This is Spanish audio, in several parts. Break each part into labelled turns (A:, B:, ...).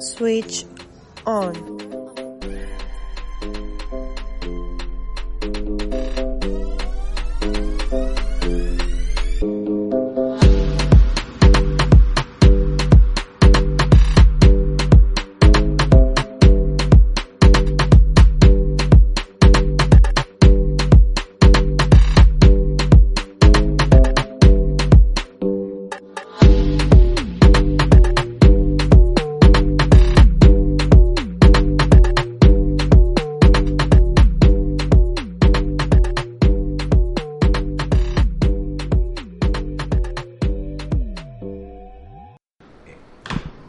A: switch on.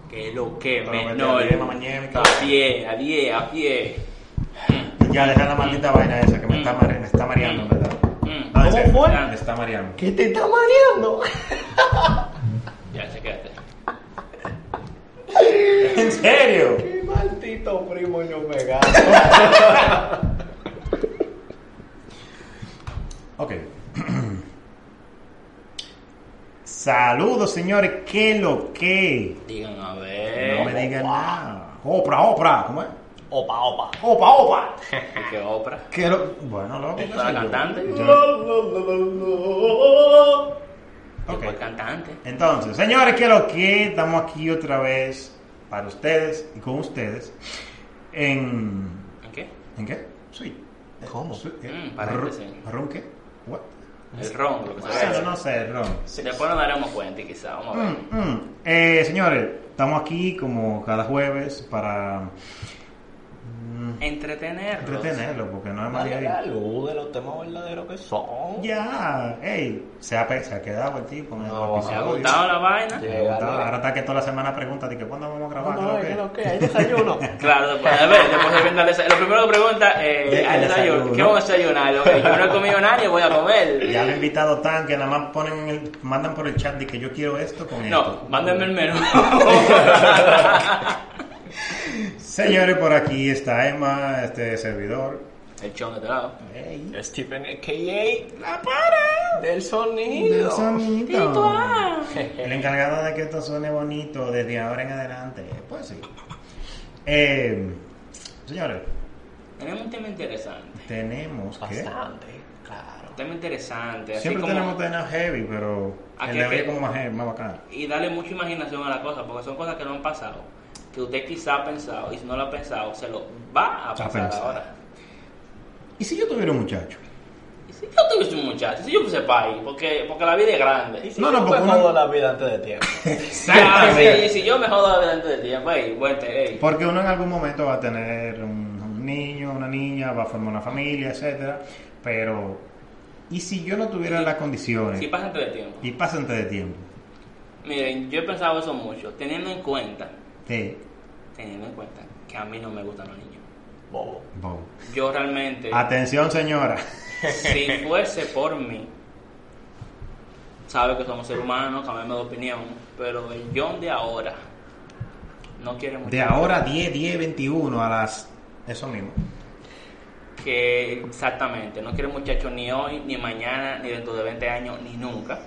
B: Que lo que
C: No,
B: menor.
C: mentira, la mañana,
B: A pie, a pie, a pie.
C: Ya deja la maldita vaina esa que me está, mare- me está mareando, ¿verdad?
B: Mm.
C: No, en
D: Mm. ¿Cómo
C: serio,
D: fue?
C: Me está mareando.
D: ¿Qué te está mareando?
B: Ya, se quedaste.
C: ¿En serio?
D: ¡Qué maldito primo yo me gano!
C: Ok. Saludos, señores. ¿Qué lo que?
B: Digan a
D: Eh,
C: No me
B: ver.
C: digan nada. Opra, opra. ¿Cómo es?
D: Opa, opa.
C: Opa, opa.
B: Que Oprah.
C: ¿Qué lo... Bueno, loco. qué sé
B: Estaba
C: yo.
B: cantante.
C: Yo-
B: Que
C: Ok.
B: fue cantante.
C: Entonces, señores, ¿qué lo que? Estamos aquí otra vez para ustedes y con ustedes en...
B: ¿En qué?
C: ¿En qué? Sí.
D: ¿Cómo?
C: Sí, ¿qué?
B: Mm, para
C: Ru-
B: empezar.
C: ¿Rum qué? What?
B: El ron, lo que
C: O sea,
B: sea.
C: no sé, rum.
B: Después nos daremos cuenta, quizá. Vamos a ver.
C: Mm, mm. Eh, señores, estamos aquí como cada jueves para Mm.
B: Entretenerlos.
C: entretenerlo, porque no es más de
D: Nadie
C: ahí.
D: la luz de los temas verdaderos que son.
C: Ya, ey, se ha, pe- se ha quedado el tipo en el
D: No,
B: ¿Se ha
C: episodio.
B: gustado la vaina?
C: Se ha gustado. Ahora está que toda la semana pregunta de que cuándo vamos a grabar.
D: No,
C: ¿no?
D: no,
C: ¿Qué?
D: ¿qué lo que? ¿Hay desayuno?
B: Claro, después de ver, después de ver la desa- Lo primero que pregunta,
C: ¿De
B: eh,
C: qué
B: al desayuno,
C: desayuno?
B: ¿qué vamos a desayunar? Ok, Yo no he comido nada ni voy a comer.
C: Ya me he invitado tan que nada más ponen en el- mandan por el chat de que yo quiero esto con
B: No,
C: esto.
B: mándenme el menú.
C: Señores, por aquí está Emma, este servidor.
B: El chon de este lado.
C: Ey,
D: Stephen a.k.a. La para del sonido.
C: del sonidito.
D: Jeje.
C: El encargado de que esto suene bonito desde ahora en adelante. Pues sí. Eh, señores,
B: Tenemos un tema interesante.
C: tenemos que.
D: Bastante, claro.
B: Un tema interesante. Así
C: Siempre
B: como...
C: tenemos temas heavy, pero
B: ¿A
C: el
B: qué-
C: de hoy
B: qué?
C: es como más, heavy, más bacán.
B: Y darle mucha imaginación a la cosa, porque son cosas que no han pasado. Que usted quizá ha pensado, y si no lo ha pensado, se lo va a pasar
C: pensar.
B: ahora.
C: ¿Y si yo tuviera un muchacho?
B: Y si yo tuviese un muchacho, si yo fuese país, porque, porque la vida es grande.
D: Y
C: No, no,
D: no, no,
C: porque
D: porque
C: uno-
D: la vida antes de tiempo.
B: Claro, sí, y si yo me jodo delante del tiempo, ey, vuelta, ey.
C: Porque uno en algún momento va a tener un, un niño, una niña, va a formar una familia, etcétera. Pero, ¿y si yo no tuviera las condiciones
B: Si pasa entre el tiempo.
C: y pasa antes de tiempo?
B: Miren, yo he pensado eso mucho, teniendo en cuenta,
C: Te,
B: teniendo en cuenta que a mí no me gustan los niños.
D: Bobo.
C: bobo.
B: Yo realmente,
C: Atención, señora.
B: si fuese por mí, sabe que somos seres humanos, cambiamos de opinión, pero el John de ahora no quiere mucho.
C: De ahora 10, 10, 21 a las... Eso mismo.
B: Que exactamente, no quiere muchachos ni hoy, ni mañana, ni dentro de 20 años, ni nunca.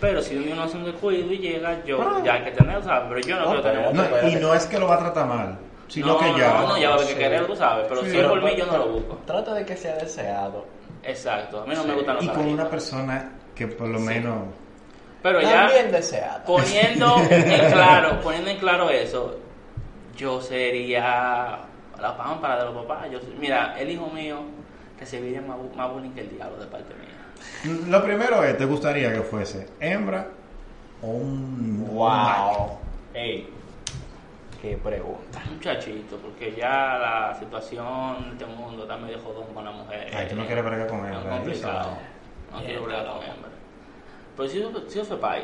B: Pero si uno hace un descuido y llega, yo ya hay que tener, ¿sabes? Pero yo no,
D: No,
B: quiero tener
D: pero-
B: un
C: Ah. No,
D: espérate.
C: y no es que lo va a tratar mal, sino
B: no,
C: que ya...
B: No, no, ya va a haber
D: Sí.
B: que querer, tú sabes, pero
C: Sí,
B: si
C: pero
B: es por mí, yo no lo busco.
D: Trata de que sea deseado.
B: Exacto, a mí no
D: Sí.
B: me gustan los
C: y con
B: carajitos.
C: una persona que por lo menos...
B: Pero ya,
D: También deseado.
B: poniendo en claro, poniendo en claro eso, yo sería la pámpara de los papás. Yo, mira, el hijo mío recibiría más, bu- más bullying que el diablo de parte mía.
C: Lo primero es, ¿te gustaría que fuese hembra o un...
D: Wow. Ey. Qué pregunta.
B: Muchachito, porque ya la situación de este mundo está medio jodón con la mujer.
C: Ay, tú no quieres bregar con hembra,
B: Es complicado.
C: eso
B: No quiero bregar con hembra. Pero si yo, si yo soy pai,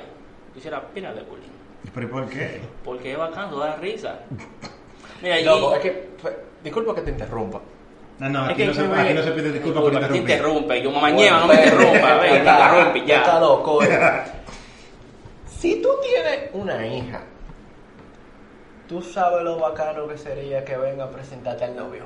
B: yo hiciera pila de bullying.
C: ¿Pero y por qué?
B: Porque es bacano, da risa. Mira, y-
D: Loco, es que. fe- Disculpa que te interrumpa.
C: No, no,
D: Es
C: aquí,
D: que
C: no, se,
D: yo me-
C: aquí no se pide disculpas por
B: te
C: interrumpir.
B: interrumpe. Yo, mamá, ñema, no me
D: Bueno, pues,
B: interrumpa. Ve, te
D: está-
B: interrumpe
D: Está
B: ya.
D: loco. eh. si tú tienes una hija, tú sabes lo bacano que sería que venga a presentarte al novio.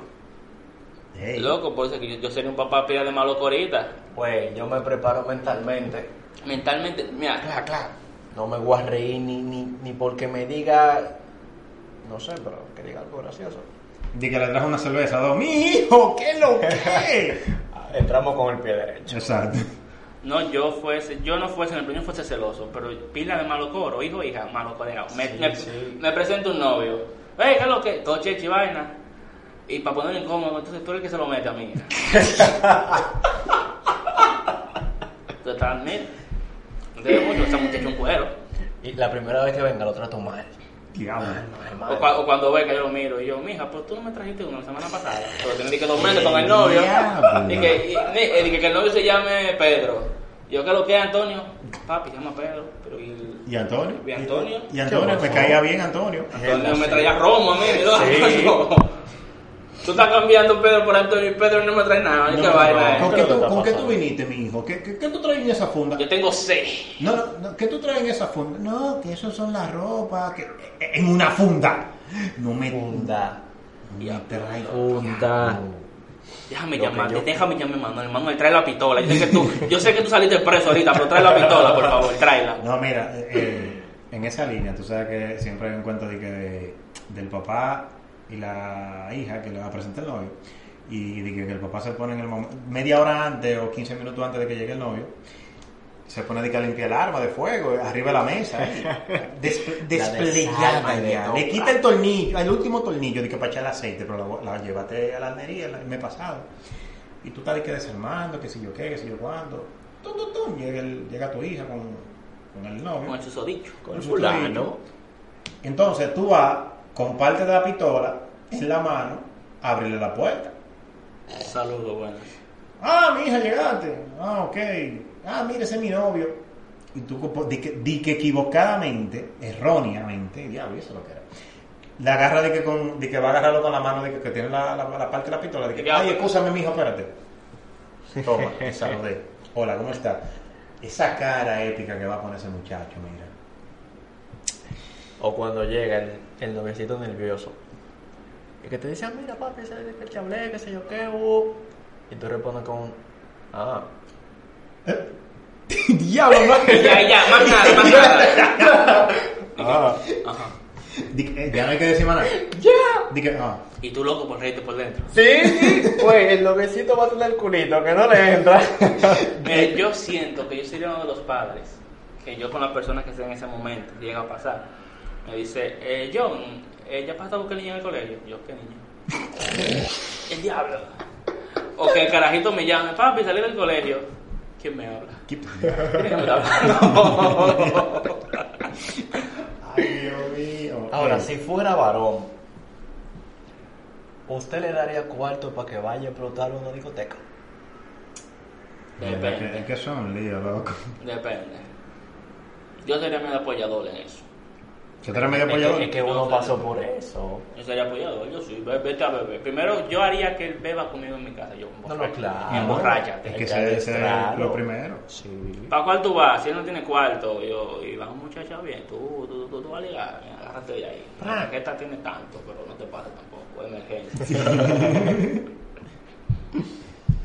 C: Ey,
B: Loco, por eso es que yo, yo sería un papá pila de malo corita.
D: Pues yo me preparo mentalmente.
B: Mentalmente, mira,
D: Claro, claro. No me voy a reír ni, ni, ni porque me diga No sé, pero que diga algo gracioso.
C: Di que le trajo una cerveza a dos. ¡Mi hijo! ¡Qué lo que!
D: Ah, Entramos con el pie derecho.
C: Exacto.
B: No, yo fuese, yo no fuese en el premio fuese celoso, pero pila de malo coro, hijo, hija, malo coreado. Me,
D: Sí,
B: me,
D: sí.
B: me presenta un novio. Ey, ¿qué es lo que? Todo chechi vaina. Y para ponerlo incómodo, entonces tú eres el que se lo mete a mí. Totalmente. No te veo mucho, esa muchacha un cuero.
D: Y la primera vez que venga lo trato mal.
C: Diablo.
D: Mal,
B: O,
D: mal,
B: cua-
D: mal.
B: o Pues cuando ve que yo lo miro y yo, mija, pues tú no me trajiste uno la semana pasada. Pero tenés que dos meses con el novio.
C: Diablo.
B: Y que, y- ni- y que- que el novio se llame Pedro. Yo que lo que es Antonio, papi, se llama Pedro. Pero y el-
C: ¿Y Antonio?
B: ¿Y Antonio?
C: Y Antonio,
D: Qué
C: me
D: pasó.
C: caía bien Antonio.
B: Antonio me traía romo a mí. ¿no?
D: Sí.
B: Tú estás cambiando Pedro por Antonio y Pedro no me trae nada. ¿Qué
C: No,
B: vaina
C: ¿Con,
B: es?
C: qué
D: Pero
C: tú,
D: está
C: con qué tú
D: pasando.
C: viniste, mi hijo? ¿Qué, qué, qué tú traes en esa funda?
B: Yo tengo C.
C: No, no, no, ¿qué tú traes en esa funda? No, que eso son las ropas. Que, e, en una funda. No me.
D: Funda.
C: No me traigo.
D: Funda.
B: Déjame
D: Lo que
B: llamarte,
D: yo-
B: déjame llamar, Manuel. Manuel, trae la pistola. Yo sé, que tú, yo sé que tú saliste preso ahorita, pero trae la pistola, por favor, tráela.
C: No, mira, eh, eh, en esa línea, tú sabes que siempre hay un cuento de que de- del papá y la hija que le va a presentar el novio. Y de que, que el papá se pone en el momento, media hora antes o 15 minutos antes de que llegue el novio, se pone de que a limpiar el arma de fuego eh, arriba de la mesa. eh. Des-
D: desarma
C: desplegada
D: y de
C: ya.
D: todo.
C: Le quita el tornillo, el último tornillo, de que para echar el aceite, pero la, la llévate a la almería la- el mes pasado. Y tú estás de que desarmando, que si yo qué, que si yo cuándo. Tum, tum, tum. Llega, el- llega tu hija con, con el novio.
B: Con el susodicho.
D: Con
C: Con
D: el
C: su
D: fulano.
C: Entonces tú vas con parte de la pistola en la mano, ábrele la puerta.
B: Saludos, buenas.
C: Ah, mi hija, llegaste. Ah, ok. Ah, mire, ese es mi novio. Y tú, compo- di que, di que equivocadamente, erróneamente, diablo, eso es lo que era. La agarra de que, con, de que va a agarrarlo con la mano, de que, que tiene la, la- la parte de la pistola, de que,
B: Ya.
C: ay, escúchame, mijo, espérate. Toma, saludé. Hola, ¿cómo está? Esa cara épica que va a poner ese muchacho, mira.
D: O cuando llega el, el noviecito nervioso. Y que te dice, "Ah, mira papi, ¿sabes que te hablé? ¿Qué sé yo qué? uh". Y tú respondes con, ah. ¿Eh?
C: diablo,
B: Ya, ya, más nada, más nada.
D: Ah.
B: Ajá.
C: Ya no hay que decir más nada. Di que, ah.
B: Y tú loco por reírte por dentro.
D: Sí, sí, pues el noviecito va a tener el culito que no le entra.
B: Mira, yo siento que yo sería uno de los padres que yo con las personas que estén en ese momento llega a pasar. Me dice, eh, John, eh, ¿ya pasaste a buscar niño en el colegio? Yo, ¿qué niño? el diablo. O que el carajito me llame, papi, salí del colegio. ¿Quién me habla? ¿Quién me está hablando?
C: Ay, Dios mío.
D: Ahora,
C: Eh,
D: si fuera varón, ¿usted le daría cuarto para que vaya a explotar una discoteca?
C: mira, Es que,
B: Depende.
C: es que son líos, loco.
B: Depende. Yo sería medio apoyador en eso.
C: Yo era medio
D: Es
C: apoyador.
D: que, es que uno pasó por eso.
B: Yo sería apoyador, yo sí, ve- vete a beber. Primero, yo haría que él beba conmigo en mi casa. Yo,
D: No, no, claro.
B: Y emborráchate.
C: Ah, Es que
D: Es
C: ese-
D: que
C: ese es
D: claro.
C: lo primero.
D: Sí.
B: ¿Para cuál tú vas? Si él no tiene cuarto, yo, y vas un muchacho bien, tú, tú, tú, tú vas a ligar, mira, agárrate de ahí. La
D: Ah.
B: tarjeta tiene tanto, pero no te pases tampoco, es emergencia.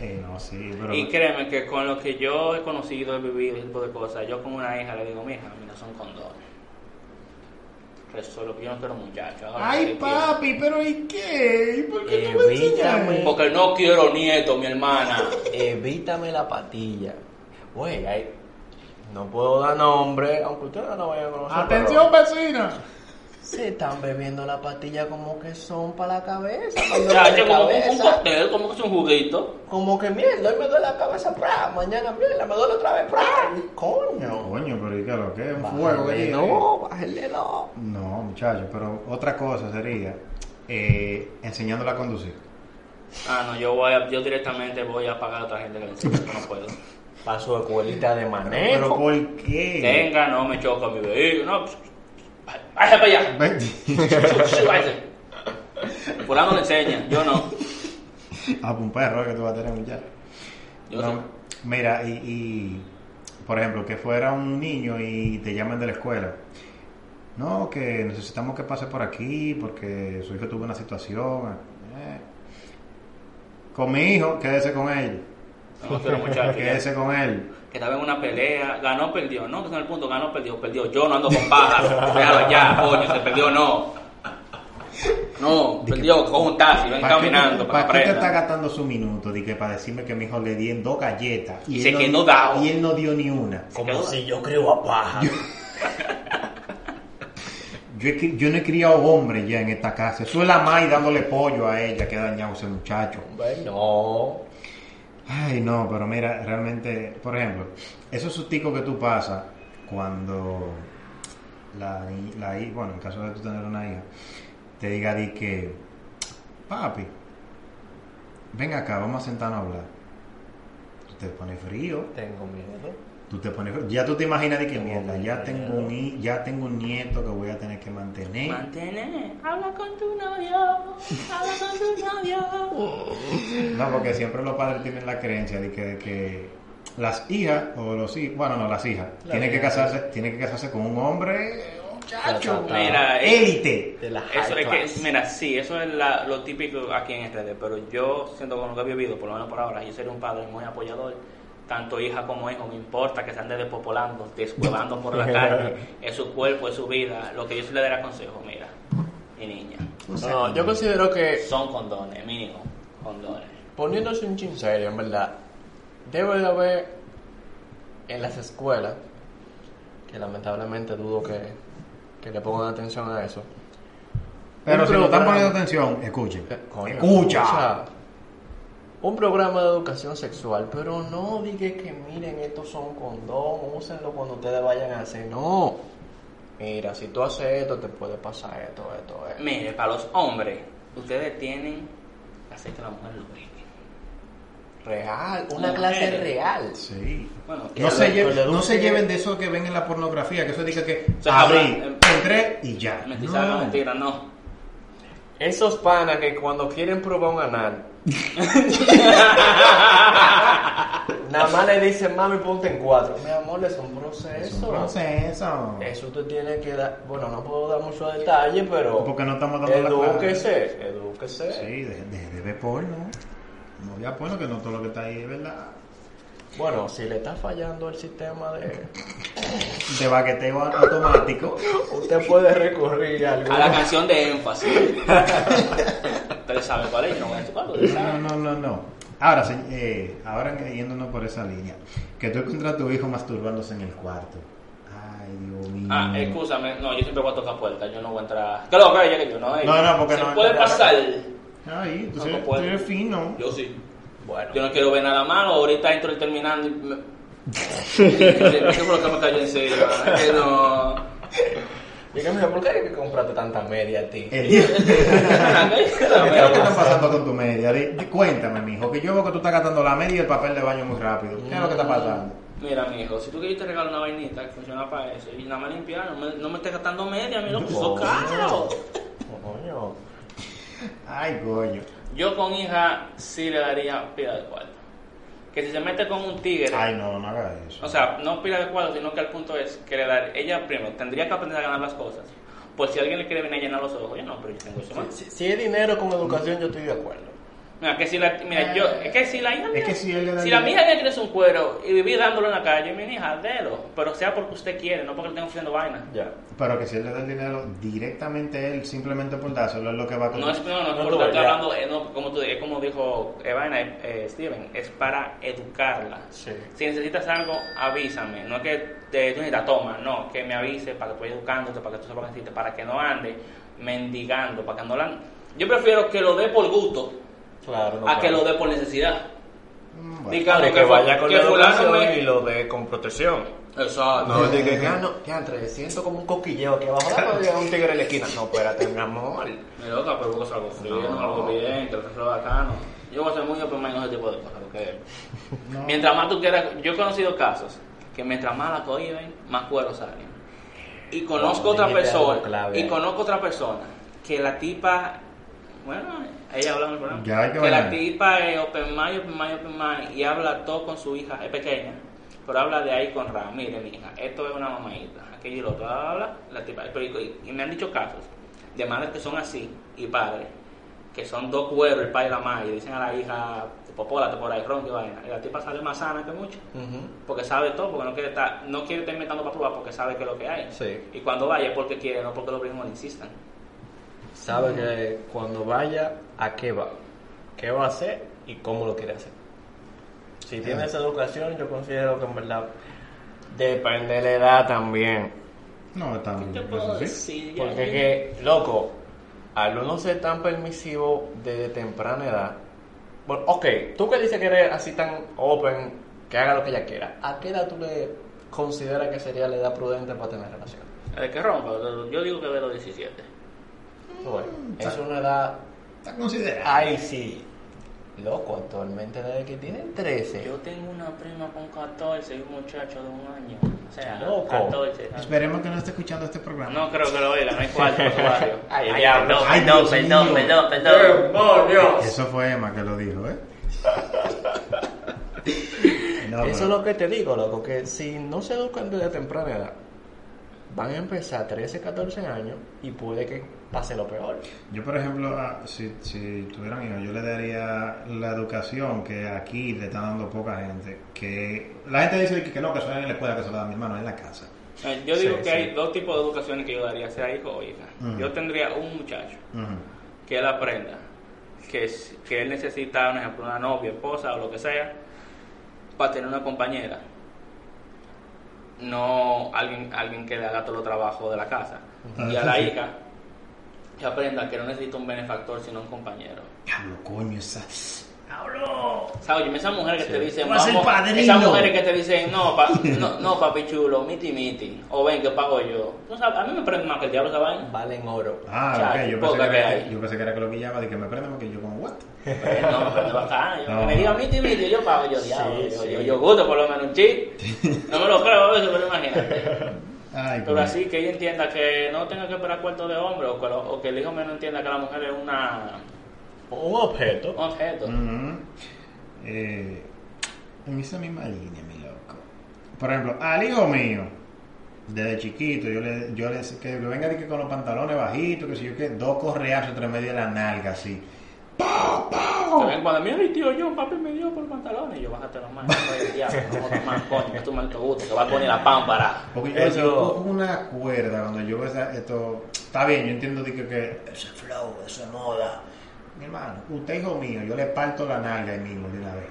C: Eh, no, sí, pero.
B: Y créeme que con lo que yo he conocido, he vivido, ese tipo de cosas, yo con una hija le digo, mija, mira, son condones. Resuelvo, yo no quiero muchachos. ahora sí
C: Ay,
B: quiero".
C: papi, pero ¿y qué? ¿Y por qué
D: Eh,
C: no me
D: bríllame.
C: enseñas?
B: Porque no quiero nieto, mi hermana.
D: Evítame la patilla. Güey, ahí- no puedo dar nombre, aunque ustedes no lo vayan a conocer.
C: Atención, vecina.
D: pero Se están bebiendo la patilla como que son para la cabeza. para el dolor de
B: Muchacho, como un- un
D: cabeza.
B: cóctel, como que es un juguito.
D: Como que mierda, hoy me duele la cabeza, pra. Mañana mierda, me duele otra vez, pra. Coño.
C: Coño, pero ¿y qué lo que? es? Un
D: Bájale
C: fuego ahí.
D: eh, No, bájale no.
C: No, muchacho, pero otra cosa sería eh, enseñándola a conducir.
B: Ah, no, yo voy a- yo directamente voy a pagar a otra gente que le enseñe, yo no puedo.
D: Pa' su escuelita de
C: Pero
D: manejo.
C: ¿por qué?
D: Eh.
B: Venga, no me choca mi vehículo, no. pues, Vaya para allá. Súbase. Fulano le enseña, yo no.
C: Ah, pues un perro que tú vas a tener muchacho.
B: Yo
C: No,
B: sé.
C: Mira, y, y, por ejemplo, que fuera un niño y te llaman de la escuela. No, que necesitamos que pase por aquí porque su hijo tuvo una situación. eh. Con mi hijo, quédese con él.
B: No quiero muchacho. ya.
C: Quédese con él.
B: Que estaba en una pelea, ganó, perdió. No, que está en el punto, ganó, perdió, perdió. Yo no ando con pajas. Déjalo ya, coño, se perdió, no. No,
C: Di que-
B: perdió, coge un taxi, ven
C: ¿Para qué
B: caminando
C: tú-
B: para
C: ¿Para qué te
B: aprender.
C: está gastando su minuto? De que para decirme que mi hijo le di en dos galletas.
B: Y
C: él
B: se
C: no
B: quedó
C: di-
B: dao.
C: Y él no dio ni una.
B: quedó-
D: Como si yo creo a paja.
C: Yo, he cri- yo no he criado hombre ya en esta casa. Eso es la más dándole pollo a ella que ha dañado ese muchacho.
D: Bueno.
C: Ay, no, pero mira, realmente, por ejemplo, esos susticos que tú pasas cuando la, ni- la hi- bueno, en caso de tú tener una hija, te diga di que, papi, ven acá, vamos a sentarnos a hablar. Tú te pones frío,
D: Tengo miedo.
C: tú te pones frío. Ya tú te imaginas de que
D: Tengo
C: mierda, ya tengo, un, hi- ya tengo un nieto que voy a tener que mantener.
B: Mantener, habla con tu novio, habla con tu novio.
C: No, porque siempre los padres tienen la creencia de que, de que las hijas o los hijos, bueno, no, las hijas,
D: La
C: tienen que
D: hija.
C: casarse, tienen que casarse con un hombre, muchacho,
D: Ta, ta, ta.
B: Mira, eh,
C: élite.
D: De la
B: Eso
D: high
B: es
D: class.
B: que, mira, sí, eso es la- lo típico aquí en RD, pero yo siento con lo que he vivido, por lo menos por ahora, yo seré un padre muy apoyador, tanto hija como hijo, me importa que se ande despopolando, descuevando por la calle, es su cuerpo, es su vida, lo que yo sí le daré consejo, mira, mi niña,
D: No, yo considero que
B: son condones, mínimo, condones.
D: poniéndose un chin serio, en verdad, debe de haber en las escuelas, que lamentablemente dudo que, que le pongan atención a eso.
C: Pero
D: Un
C: si no están
D: programa-
C: poniendo atención, escuchen.
D: Eh, coño,
C: Escucha.
D: Un programa de educación sexual, pero no diga que miren, estos son condón, úsenlo cuando ustedes vayan a hacer. No. Mira, si tú haces esto, te puede pasar esto, esto, esto.
B: Mire, para los hombres, ustedes tienen aceite de la mujer lubrique.
D: Real, una
B: Mujeres.
D: clase real.
C: Sí.
B: Bueno,
C: No se,
D: Con
C: lleven,
D: la
C: no
D: luz
C: se
D: que-
C: lleven de eso que ven en la pornografía, que eso dice que
B: Se
C: abrí,
B: habla, eh,
C: entré y ya.
B: mentira, no,
C: No.
B: mentira, no.
D: Esos panas que cuando quieren probar un anal, nada más le dicen, mami, ponte en cuatro. Mi amor, es un
C: Es
D: proceso.
C: un proceso.
D: Eso tú tienes que dar. Bueno, no puedo dar mucho detalle, pero.
C: Porque no estamos dando la clase.
D: Edúquese, edúquese.
C: Sí, de, de, de ver porno. No vea porno, que no todo lo que está ahí es verdad.
D: Bueno, si le está fallando el sistema de.
C: De baqueteo automático.
D: Usted puede recurrir a algo.
B: A la canción de énfasis. Ustedes saben cuál es, yo no voy a decir cuál, ustedes
C: No,
B: saben.
C: no, no, no. Ahora, se- eh, ahora yéndonos por esa línea, que tú encuentras a tu hijo masturbándose en el cuarto. Ay, Dios mío.
B: Ah, escúchame, no, yo siempre voy a tocar puertas, yo no voy a entrar. Claro, claro, ya que yo no. eh.
C: No, no, porque
B: ¿Se
C: no,
B: puede
C: no,
B: pasar?
C: Ay, tú
B: No,
C: eres,
B: no puedo.
C: tú eres fino.
B: Yo sí.
D: Bueno,
B: Yo no quiero ver nada malo, ahorita entro y terminando. y me- No sé por qué me cayó en serio, ¿verdad? que no.
D: dígame, ¿por qué hay que comprarte tanta media a ti?
C: El día- ¿Qué es lo que está
D: pasa?
C: pasando con tu media? Di- di- cuéntame, mijo, que yo veo que tú estás gastando la media y el papel de baño muy rápido. ¿Qué es lo que está pasando?
B: Mira, mijo, si tú quieres te regalo una vainita que funciona para eso y nada más limpiar, no me, no me estés gastando media, mira, que eso es caro.
D: Coño.
C: Ay, coño.
B: Yo con hija sí le daría pila de cuarto. Que si se mete con un tigre,
C: Ay, no, no hagas eso.
B: o sea, no pila de cuarto, sino que el punto es que le dar, ella primero tendría que aprender a ganar las cosas. Pues si alguien le quiere venir a llenar los ojos, yo no, pero yo tengo eso más.
D: Si, si es dinero con educación, yo estoy de acuerdo.
B: Mira, que si la, mira, yo, es que si la hija
C: Es
B: mía-
C: que si él le da
B: si la
C: dinero-
B: mía le crece un cuero y vivir dándolo en la calle, mi hija, délo, pero sea porque usted quiere, no porque le estén ofreciendo vaina.
D: Ya.
C: Pero que si él le da el dinero directamente a él, simplemente por dárselo, es lo que va a
B: No es, no, no es
D: No,
B: porque
D: no,
B: estoy
D: ya.
B: hablando, eh, no, como, tú, es como dijo Evana, eh, Steven, es para educarla.
D: Sí.
B: Si necesitas algo, avísame. No es que te tú necesitas, toma, no, que me avise para que puedas educándote, para que tú sepas que existe, para que no ande mendigando, para que no la... Yo prefiero que lo dé por gusto
D: Claro. no
B: a que lo
D: claro.
B: dé por necesidad.
C: Mm, bueno.
B: Diga,
D: Claro,
B: no,
D: Ah, que
B: fu-
D: vaya con
B: que
D: la
B: fulano
D: educación
B: me-
D: y lo dé con protección.
B: Exacto.
D: No, de que ya no, ya entre, siento como un coquilleo aquí abajo. Ah, pues, llega un tigre en la esquina. No, espérate, mi amor.
B: Me loca, pero busco algo frío,
D: No.
B: algo bien, que lo haces bacano. Yo voy a ser muy open mind en ese tipo de cosas, porque
C: No.
B: mientras más tú quieras, yo he conocido casos que mientras más la cohiben, más cueros salen. Y conozco
D: Wow,
B: otra
D: dijiste
B: persona,
D: algo clave.
B: y conozco otra persona que la tipa, bueno, ella habla en el programa,
C: Ya hay que
B: la
C: bailar.
B: tipa es open mind, open mind, open mind, y habla todo con su hija, es pequeña, pero habla de ahí con Ra, mire mi hija, esto es una mamadita, aquello y lo otro, bla, bla, bla, la tipa, pero y, y me han dicho casos de madres que son así, y padres, que son dos cueros, el padre y la madre, y dicen a la hija, popólate por ahí, ron, que vaina, y la tipa sale más sana que mucho porque sabe todo, porque no quiere estar, no quiere estar inventando para probar porque sabe que es lo que hay.
D: Sí.
B: Y cuando vaya es porque quiere, no porque los gringos le insistan.
D: sabe que cuando vaya, a qué va, qué va a hacer y cómo lo quiere hacer. Si tiene esa educación, yo considero que en verdad depende de la edad también.
C: No, está
B: ¿Qué
C: bien.
B: te puedo
C: Ah, eso sí.
B: decir? Ya,
D: Porque
B: ya-
D: que, loco, al uno ser tan permisivo desde temprana edad, bueno, ok, tú que dices que eres así tan open, que haga lo que ella quiera, ¿a qué edad tú le consideras que sería la edad prudente para tener relación?
B: El que rompa, yo digo que de los 17.
D: Bueno, es una edad,
C: Está considerado.
D: ay sí, loco, actualmente desde que tienen 13.
B: Yo tengo una prima con 14 y un muchacho de un año. O sea,
D: Loco.
B: 14. ah,
C: Esperemos que no esté escuchando este programa.
B: No creo que lo oiga, no hay cuarto usuario.
D: Ay, diablo.
C: Ay,
B: Perdón,
C: Dios
B: perdón,
C: mío.
B: perdón, perdón.
C: Eso fue Emma que lo dijo, ¿eh? No,
D: Eso es
C: pero-
D: lo que te digo, loco, que si no se educan desde temprana edad, van a empezar 13, 14 años y puede que pase lo peor.
C: Yo, por ejemplo, a- si, si tuvieran hijos, yo le daría la educación que aquí le está dando poca gente. Que la gente dice que, que no, que suena en la escuela, que se la da a mi hermano, en la casa.
B: Eh, Yo digo
D: Sí,
B: que
D: sí. Mm.
B: hay dos tipos de educaciones que yo daría, sea hijo o hija.
C: Ujú.
B: Yo tendría un muchacho
C: Ujú.
B: que él aprenda que, es- que él necesita, por ejemplo, una novia, esposa o lo que sea, para tener una compañera. No alguien, alguien que le haga todo el trabajo de la casa.
C: Ujú.
B: Y a la
C: Ah, Sí.
B: hija que aprenda que no necesita un benefactor, sino un compañero.
C: Diablo, coño, esa. ¡Diablo!
B: O sea, oye, esas mujeres que te dicen,
C: Vas a ser
B: vamos,
C: padrino.
B: esas mujeres que te dicen, no, pa- no, no, papi chulo, miti miti, o ven que pago yo. No, sabes, a mí me prende más que el diablo esa vaina.
D: Valen oro.
C: Ah,
B: Chacho,
C: ok, yo
B: poca
C: pensé, que
B: que
C: era,
B: hay.
C: yo pensé que era que lo pillaba, de que me prende, porque yo como, ¿what?
B: Eh, No, me prende bacán. Yo,
C: No.
B: Que me diga miti miti, yo pago yo, diablo.
D: Sí,
B: yo,
D: sí.
B: yo, yo gusto por lo menos un chip. No me lo creo a veces, pero imagínate.
C: Ay,
B: Pero así que ella entienda que no tenga que esperar cuarto de hombre, o que, lo- o que el hijo menos entienda que la mujer es una,
D: Un objeto.
B: un objeto.
C: Ujú. Eh, en esa misma línea, mi loco. Por ejemplo, al hijo mío, desde chiquito, yo le, yo le que lo venga de que con los pantalones bajitos, que si yo que dos correazos tres media de la nalga, así.
B: Se ven cuando mira, tío, yo, papi me dio por los pantalones. Y yo, bájate los manos, soy el diablo, no jodas más, coño, que tú mal te gusta, que va a poner la pámpara.
C: Porque yo,
D: Eso-
C: yo cojo una cuerda cuando yo veo esa- esto. Está bien, yo entiendo de que, que eso es flow, eso es moda. Mi hermano, usted hijo mío, yo le parto la nalga ahí mismo de una vez.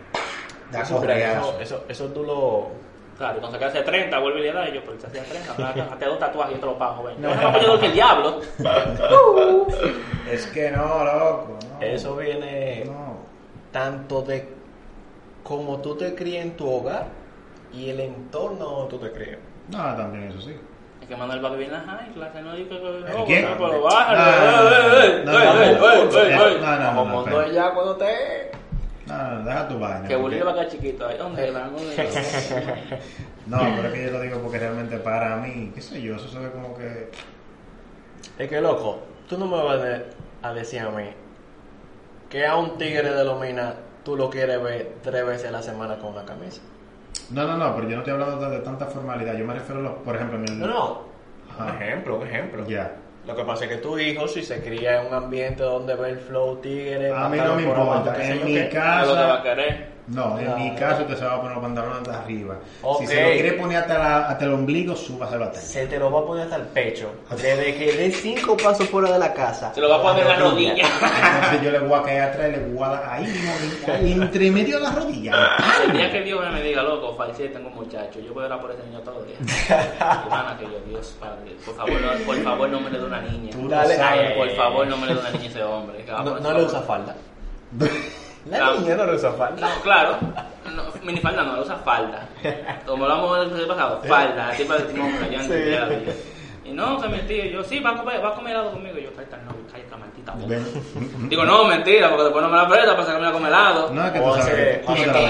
C: Da
D: Eso, mira, eso,
C: correazo.
D: eso, eso tú lo.
B: Claro, entonces que hace 30, vuelve y le da, y yo, pero si hacía 30, me da- hazte dos tatuajes y yo te lo pago, ven.
C: No.
B: No, no, no, yo que el diablo.
C: Es que no, loco. no.
D: Eso viene
C: No.
D: tanto de como tú te crías en tu hogar y el entorno donde tú te crías.
C: No, también eso sí.
B: Es que Manuel va a vivir en las islas, él no dice que no,
C: ¿Qué?
B: no, pero eh,
C: No, no, no, no,
B: bájalo.
C: no, no, no,
D: Como
C: espera.
D: no es ya cuando te.
C: No, no, deja tu vaina.
B: Que
C: porque-
B: Bolívar va a quedar chiquito, ¿eh? ahí donde le dan
C: No, pero es que yo lo digo porque realmente para mí, qué sé yo, eso se ve como que.
D: Es que loco, tú no me vas a de- a decir a mí que a un tigre de Lomina tú lo quieres ver tres veces a la semana con una camisa.
C: No, no, no, pero yo no estoy hablando de, de tanta formalidad. Yo me refiero, a lo- por ejemplo, en el.
D: No, no.
C: Mm. Ajá.
D: Un ejemplo, un ejemplo.
C: Ya.
D: Lo que pasa es que tu hijo, si se cría en un ambiente donde ve el flow tigre,
C: A mí no
D: pantalón
C: me
D: Eh, por abajo,
C: importa.
D: qué sé yo
C: En mi
D: qué.
B: No Ah, lo que va a
C: casa.
B: querer.
C: No, en
D: Claro.
C: mi caso te se va a poner los pantalones hasta arriba. Si
D: Ok.
C: se lo quiere poner hasta, la- hasta el ombligo, súbase la talla.
D: Se te lo va a poner hasta el pecho. Desde que dé cinco pasos fuera de la casa.
B: Se lo va a poner en la rodilla.
C: Entonces yo le voy a caer atrás y le voy a dar ahí mismo, en- entre medio de las rodillas.
B: El día que Dios me diga, loco, falsé, tengo un muchacho, yo voy a orar por ese niño todo el día. Hermana, que yo, Dios, padre, por favor, no, por favor, no me le dé una niña.
C: Tú no
D: Dale,
B: Ay,
C: sabes.
B: por favor, no me le dé una niña a ese hombre. que va a
D: No,
B: poner
D: no
B: su
D: le
B: papá.
D: usa falda. La
B: Claro.
D: niña no le usa falda.
B: No, claro. No, minifalda no, usa falda. Como lo hemos del pasado, falda. Así para decir, no, ya
D: Sí.
B: entendí la vida. Y no, que mentira. Yo, sí, va a comer, va a comer helado conmigo. Y yo, cállate, no, cállate, maldita boca.
C: Ven.
B: Digo, no, mentira, porque después no me la presta para sacarme a comer helado.
C: No, es que
D: O
C: tú sabes.
D: hace-
C: que tú no te la vas a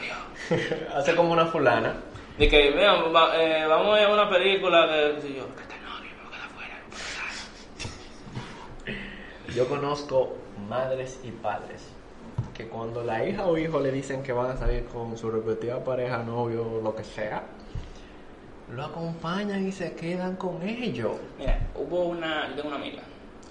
C: llevar.
D: Hace como una fulana.
B: De que, mira, va- eh, vamos a ir a una película que... Y yo, cállate, no, que me voy a quedar afuera.
D: Yo conozco madres y padres que cuando la hija o hijo le dicen que van a salir con su respectiva pareja, novio o lo que sea, lo acompañan y se quedan con ellos.
B: Mira, hubo una... Yo tengo una amiga.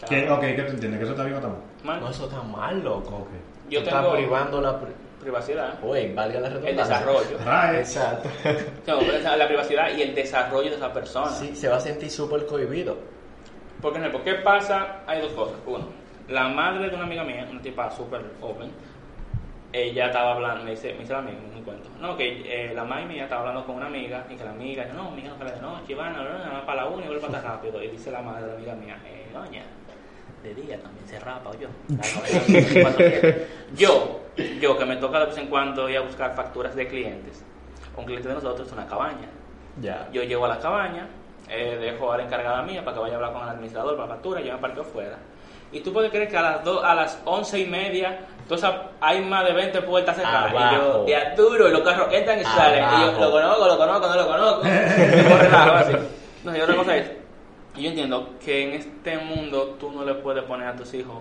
C: Que, ok, ¿qué tú entiendes? ¿Que eso está bien o está mal?
B: Man,
D: No, eso está mal, loco.
C: Ok.
B: Yo
D: Está
B: tengo-
D: privando la... pri-
B: privacidad, ¿eh?
D: Oye, valga la redundancia.
B: el desarrollo.
C: Right.
D: Exacto.
C: Ah.
B: Tengo que pensar en la privacidad y el desarrollo de esa persona.
D: Sí, se va a sentir súper cohibido.
B: Porque en el por qué pasa, hay dos cosas. Uno, la madre de una amiga mía, una tipa súper joven, ella estaba hablando, me dice, me dice la amiga, un cuento. No, que eh, la madre mía estaba hablando con una amiga y que la amiga, yo, no, mi hija no sale de noche, van a hablar para la una y vuelve para acá rápido. Y dice la madre de la amiga mía, eh, doña, de día también se rapa, yo. yo, yo que me toca de vez en cuando ir a buscar facturas de clientes. Un cliente de nosotros es una cabaña.
D: Ya.
B: Yo llego a la cabaña, eh, dejo a la encargada mía para que vaya a hablar con el administrador para la factura, yo me parqueo fuera. Y tú puedes creer que a las, do- a las once y media, entonces hay más de 20 puertas cerradas. Y yo,
D: Abajo.
B: te aturo, y los carros entran y salen. Y yo,
D: Abajo.
B: lo conozco, lo conozco, no lo conozco. Y yo relajo, así. No, y otra cosa es, yo entiendo que en este mundo tú no le puedes poner a tus hijos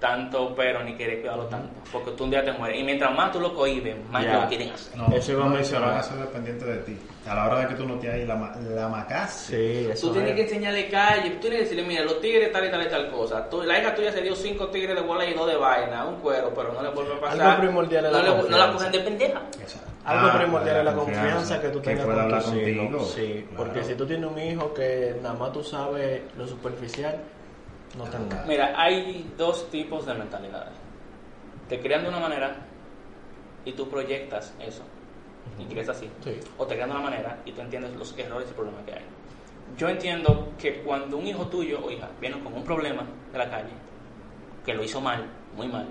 B: tanto pero ni querer cuidarlo tanto. Porque tú un día te mueres. Y mientras más tú lo cohibes, más
D: Ya.
B: lo quieren hacer.
C: No,
D: Eso iba a mencionar.
C: Van a ser dependientes de ti. A la hora de que tú no te hayas la, ma- la macaste.
D: Sí, eso eh.
B: Tú tienes
D: es.
B: que enseñarle calle, tú tienes que decirle, mira, los tigres tal y tal y tal cosa. Tú- la hija tuya se dio cinco tigres de bola y dos de vaina, un cuero, pero no le vuelve a pasar.
D: Algo primordial es
B: no,
D: la
B: le- no la
D: confianza.
B: cogen de pendeja.
C: Exacto.
D: Algo
C: Ah,
D: primordial
C: la
D: es la confianza que tú tengas
C: pueda
D: con
C: hablar
D: tus hijos. Sí,
C: Claro.
D: porque si tú tienes un hijo que nada más tú sabes lo superficial, no te nada.
B: Mira, hay dos tipos de mentalidades. Te crean de una manera y tú proyectas eso. Y crees así.
D: Sí.
B: O te crean de una manera y tú entiendes los errores y problemas que hay. Yo entiendo que cuando un hijo tuyo o hija viene con un problema de la calle, que lo hizo mal, muy mal,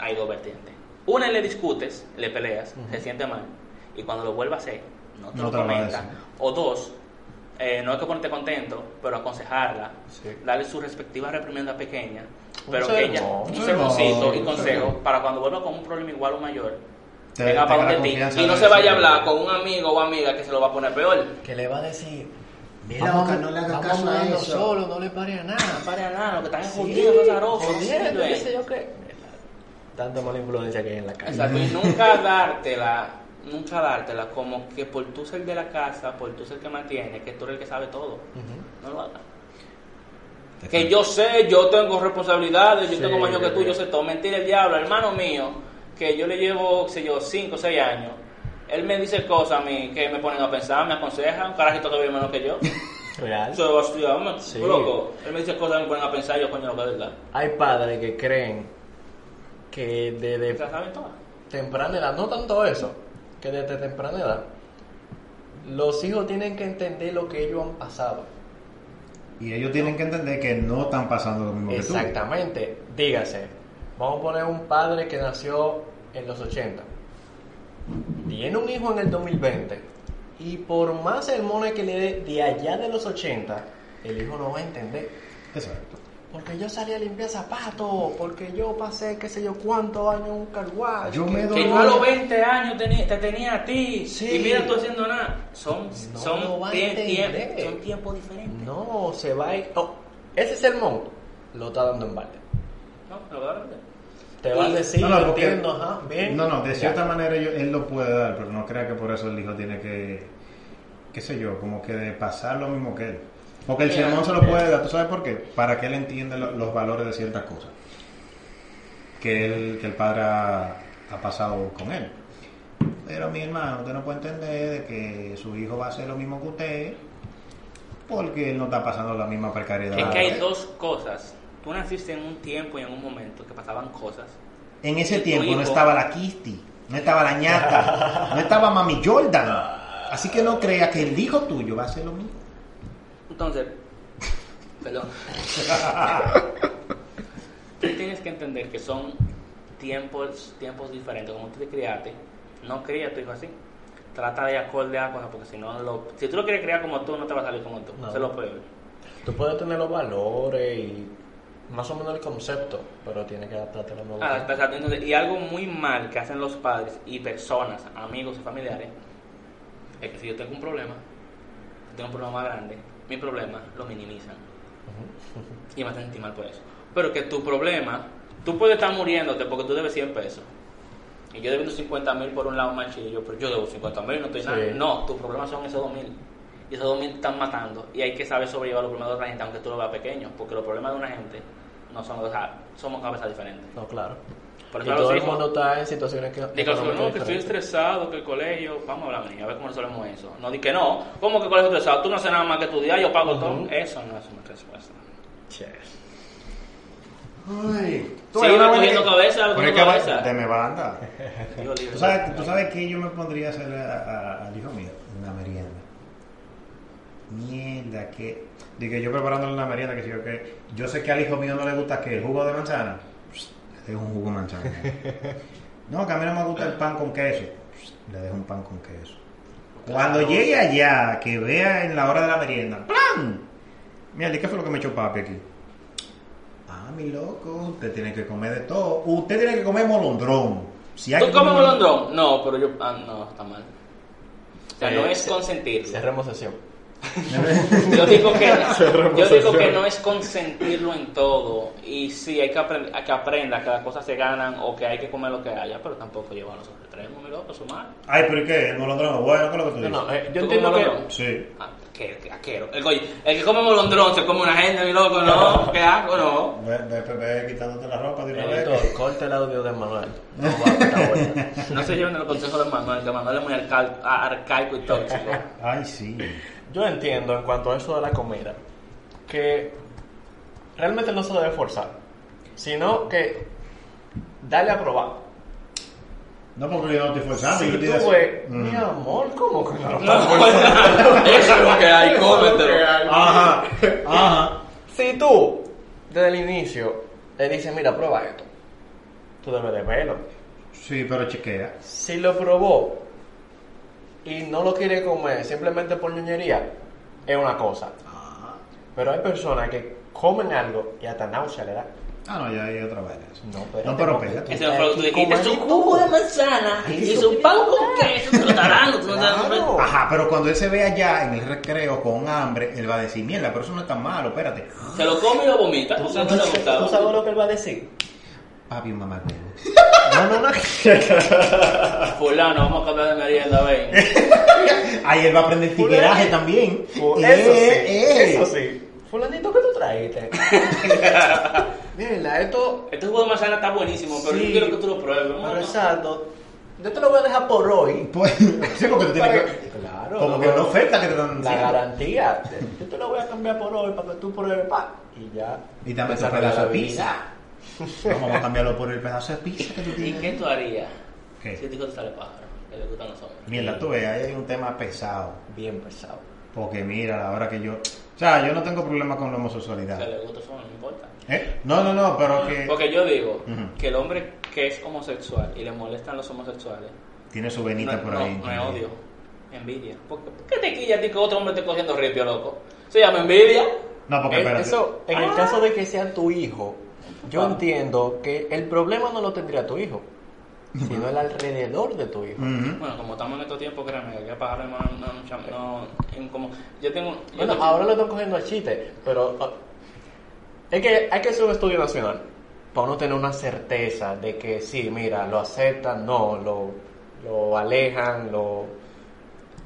B: hay dos vertientes. Una le discutes, le peleas,
D: Ujú.
B: se siente mal, y cuando lo vuelva a hacer, no te
C: No
B: lo
C: te lo va a
B: comenta.
C: decir.
B: O dos, eh, no hay que ponerte contento, pero aconsejarla,
D: Sí.
B: darle su respectiva reprimenda pequeña,
D: Un
B: pero que
D: sermón,
B: ella,
D: un
B: un
C: sermón,
B: sermoncito y
C: un
B: consejo,
C: sermón.
B: para cuando vuelva con un problema igual o mayor,
C: Te-
B: tenga
C: tenga
B: para
C: la
B: donde ti,
C: confianza
B: y no
C: de
B: se vaya a
C: decirle.
B: hablar con un amigo o amiga que se lo va a poner peor.
D: Que le va a decir,
C: Mira,
D: vamos,
C: Oscar, no le hagas
D: vamos
C: caso a
D: andando
C: eso.
D: solo, no le pare a nada.
B: Para nada, lo que están es
D: Sí,
B: jodiendo, esos zarojos,
D: jodiendo,
B: jodiendo,
D: qué
B: eh.
D: sé yo qué. Tanta mala influencia que hay en la casa.
B: Exacto, y nunca dártela, nunca dártela como que por tú ser de la casa, por tú ser el que mantiene, que tú eres el que sabe todo.
D: Ujú.
B: No lo hagas.
C: Te
B: Que yo sé, yo tengo responsabilidades, yo
D: Sí,
B: tengo mayor que tú,
D: sí.
C: eh.
B: yo sé todo. Mentira el diablo, hermano mío, que yo le llevo, qué sé yo, 5 o 6 años. Él me dice cosas a mí que me ponen a pensar, me aconseja, un carajito todavía menos que yo.
D: Real.
B: Eso lo estudiar, vamos,
D: Sí.
B: loco. Él me dice cosas que me ponen a pensar, yo coño, lo que es verdad.
D: Hay padres que creen que
B: Se
D: desde
B: las saben todas.
D: temprana edad, no tanto eso, que desde temprana edad, los hijos tienen que entender lo que ellos han pasado.
C: Y ellos tienen que entender que no están pasando lo mismo que tú.
D: Exactamente. Dígase, vamos a poner un padre que nació en los 80. Tiene un hijo en el 2020. Y por más sermones que le dé de allá de los 80, el hijo no va a entender.
C: Exacto.
D: Porque yo salí a limpiar zapatos, porque yo pasé qué sé yo cuántos años en un carguaje.
C: Yo me
B: Que
C: doy.
B: yo a los 20 años teni- te tenía a ti
D: Sí.
B: y mira tú haciendo nada. Son,
D: No
B: son,
D: lo va a
B: tie-
D: entender.
B: tie- son tiempos diferentes.
D: No, se va a ir. oh, ese sermón lo está dando en balde.
B: No, lo voy a aprender.
D: Te va a
B: Y-
D: decir,
C: No, no,
D: yo
C: porque-
D: entiendo, ajá, bien.
C: No, no, de
D: Ya.
C: cierta manera yo- él lo puede dar, pero no crea que por eso el hijo tiene que, qué sé yo, como que de pasar lo mismo que él. Porque el
B: Mira,
C: sermón se lo puede dar, ¿tú sabes por qué? Para que él entienda lo- los valores de ciertas cosas que, él, que el padre ha, ha pasado con él. Pero mi hermano, usted no puede entender de que su hijo va a hacer lo mismo que usted porque él no está pasando la misma precariedad.
B: Es que hay dos cosas. Tú naciste en un tiempo y en un momento que pasaban cosas.
C: En ese
B: Y tu
C: tiempo
B: hijo.
C: no estaba la Kisti, no estaba la ñata, no estaba Mami Jordan.
B: Ah.
C: Así que no creas que el hijo tuyo va a ser lo mismo.
B: Entonces, perdón. tú tienes que entender que son tiempos, tiempos diferentes. Como tú te criaste, no cría a tu hijo así. Trata de acorde a cosas, porque si no, lo- si tú lo quieres criar como tú, no te va a salir como tú.
D: No.
B: Eso es lo peor.
D: Tú puedes tener los valores y más o menos el concepto, pero tienes que adaptarte a los nuevos
B: Ah,
D: tiempos.
B: exacto. Entonces, y algo muy mal que hacen los padres y personas, amigos y familiares, es que si yo tengo un problema, si tengo un problema más grande, mi problema lo minimizan y me hacen sentir mal por eso. Pero que tu problema, tú puedes estar muriéndote porque tú debes 100 pesos. Y yo debiendo 50 mil por un lado más chido, yo, pero yo debo 50 mil, no estoy nada.
D: Sí.
B: No, tus problemas son esos 2 mil. Y esos 2 mil están matando. Y hay que saber sobrellevar los problemas de otra gente, aunque tú lo veas pequeño, porque los problemas de una gente no son los de- somos cabezas diferentes.
D: No, claro.
B: Por
D: Y
B: eso a los
D: todo el
B: hijos-
D: mundo está en situaciones que...
B: Digo, no,
D: económicas
B: que estoy
D: diferentes.
B: estresado, que el colegio, vamos a hablar, niña, a ver cómo resolvemos eso. No, di que no, ¿cómo que el colegio estresado? Tú no haces nada más que estudiar, yo pago todo. Eso no es pues. una respuesta.
C: Ay,
B: Sí,
C: eres
B: va
C: una
B: cogiendo
C: buena-
B: cabeza, va
C: Pero es
B: cogiendo
C: que va-
B: cabeza.
C: de me banda.
B: Digo,
C: ¿Tú sabes, ¿Tú sabes qué yo me pondría a hacer a- a- al hijo mío? Una merienda. Mierda, que. Digo, yo preparándole una merienda, que sé yo que. Yo sé que al hijo mío no le gusta que el jugo de manzana. Psh, Le dejo un jugo de manzana. No, que a mí no me gusta el pan con queso. Psh, Le dejo un pan con queso. Cuando llegue allá, que vea en la hora de la merienda, ¡plan! Mira, ¿y qué fue lo que me echó papi aquí? Ah, mi loco, usted tiene que comer de todo. Usted tiene que comer molondrón. Si hay
B: ¿Tú
C: que
B: comes
C: comer
B: molondrón? No, pero yo. Ah, no, está mal. O sea,
D: Eh,
B: no es
D: se-
B: consentirlo.
D: Cerremos sesión.
B: Yo digo que,
C: Cerramos
B: yo digo
C: sesión.
B: que no es consentirlo en todo. Y sí, hay que, aprend- hay que aprenda que las cosas se ganan o que hay que comer lo que haya, pero tampoco llevarlo sobre extremos, mi loco, eso mal.
C: Ay, pero ¿y qué? El molondrón es bueno, ¿qué es lo que tú
D: No,
C: dices?
D: no, eh, yo
B: ¿Tú
D: entiendo
B: comes
D: que...
B: molondrón?
C: Sí.
B: Ah, que, que asquero. El, coño, el que come molondrón se come una gente, mi loco, no, qué asco, no.
C: Ve, ve, ve, ve quitándote la ropa
D: Eh,
C: de una vez.
D: Editor, corta el audio de Manuel. No va a estar bueno.
B: No se lleven los consejos de Manuel, que Manuel es muy arca- a- arcaico y tóxico.
C: Ay, sí.
D: Yo entiendo en cuanto a eso de la comida que realmente no se debe forzar, sino que dale a probar.
C: No porque yo no estoy forzando.
D: Si
C: Ah, yo estoy
D: tú
C: así.
D: ves,
C: Mm.
D: mi amor, ¿cómo que no?
B: No, pues, eso es lo que hay,
D: Eso es lo
B: cómetelo.
D: que hay.
C: Ajá, ajá.
D: Si tú, desde el inicio, le dices, mira, prueba esto, tú debes de verlo.
C: Sí, pero chequea.
D: Si lo probó y no lo quiere comer simplemente por ñoñería, es una cosa. Pero hay personas que comen algo y hasta náusea le da.
C: Ah, no, ya hay otra vaina. eso.
D: No,
C: No,
D: espérate,
C: pero
D: porque-
C: espérate.
B: Ese no fue lo que tú dijiste.
D: Aquí
B: Su
D: comen
B: jugo
D: todo.
B: de manzana
D: Aquí
B: y
D: su
B: su pan con queso, se lo darán, tú no sabes.
D: Claro.
C: Ajá, pero cuando él se ve allá en el recreo con hambre, él va a decir, mierda, pero eso no es tan malo, espérate.
B: Se lo come y lo vomita, tú
D: ¿Tú
B: sabes que le ha
D: sabes, tú sabes
B: gustado.
D: lo que él va a decir?
C: Papi, mamá, huevo.
D: No, no, no.
B: Fulano, vamos a cambiar de merienda, ven.
C: Ahí él va a aprender tigueraje también.
D: eso sí,
C: Eh, eh.
D: eso sí. Fulanito, ¿qué tú trajiste? Mira, esto...
B: Este jugo de manzana está buenísimo, pero
D: sí,
B: yo quiero que tú lo pruebes. ¿no?
D: Pero exacto. Yo te lo voy a dejar por hoy.
C: Pues, sí, porque tú tienes
D: Para-
C: que...
D: Claro.
C: Como
D: no,
C: que una
D: no.
C: oferta que te dan.
D: La
C: sí.
D: garantía. Yo te lo voy a cambiar por hoy para que tú pruebes, pa. Y ya.
C: Y dame tu
D: Esa
C: pedazo de
D: vida.
C: pizza. Vamos a cambiarlo por el pedazo de pizza que tú
B: ¿Y
C: tienes.
B: qué tú harías
C: ¿Qué?
B: si te gusta el pájaro? Que le gustan los hombres.
C: Mierda, tú ves, ahí hay un tema pesado.
D: Bien pesado.
C: Porque mira, la hora que yo... O sea, yo no tengo problema con la
B: Que
C: homosexualidad.
B: le gusta eso no importa.
C: ¿Eh? No, no, no, pero que
B: Porque yo digo
C: Ujú.
B: que el hombre que es homosexual y le molestan los homosexuales,
C: tiene su
B: no,
C: venita por ahí.
B: no, no es odio, envidia. ¿Por qué, por qué te quilla a ti que otro hombre esté cogiendo ripio, loco? Se llama envidia.
C: No, porque
D: Eh,
C: espérate.
D: Eso, en el caso de que sea tu hijo, yo entiendo que el problema no lo tendría tu hijo, sino el alrededor de tu hijo.
C: Ujú.
B: Bueno, como estamos en estos tiempos, créeme, que el pájaro no, no, no, cham- no, en como, yo tengo, yo
D: Bueno,
B: tengo-
D: ahora lo están cogiendo a chiste, pero ah, es que hay que hacer un estudio nacional para uno tener una certeza de que sí, mira, lo aceptan, no, lo, lo alejan, lo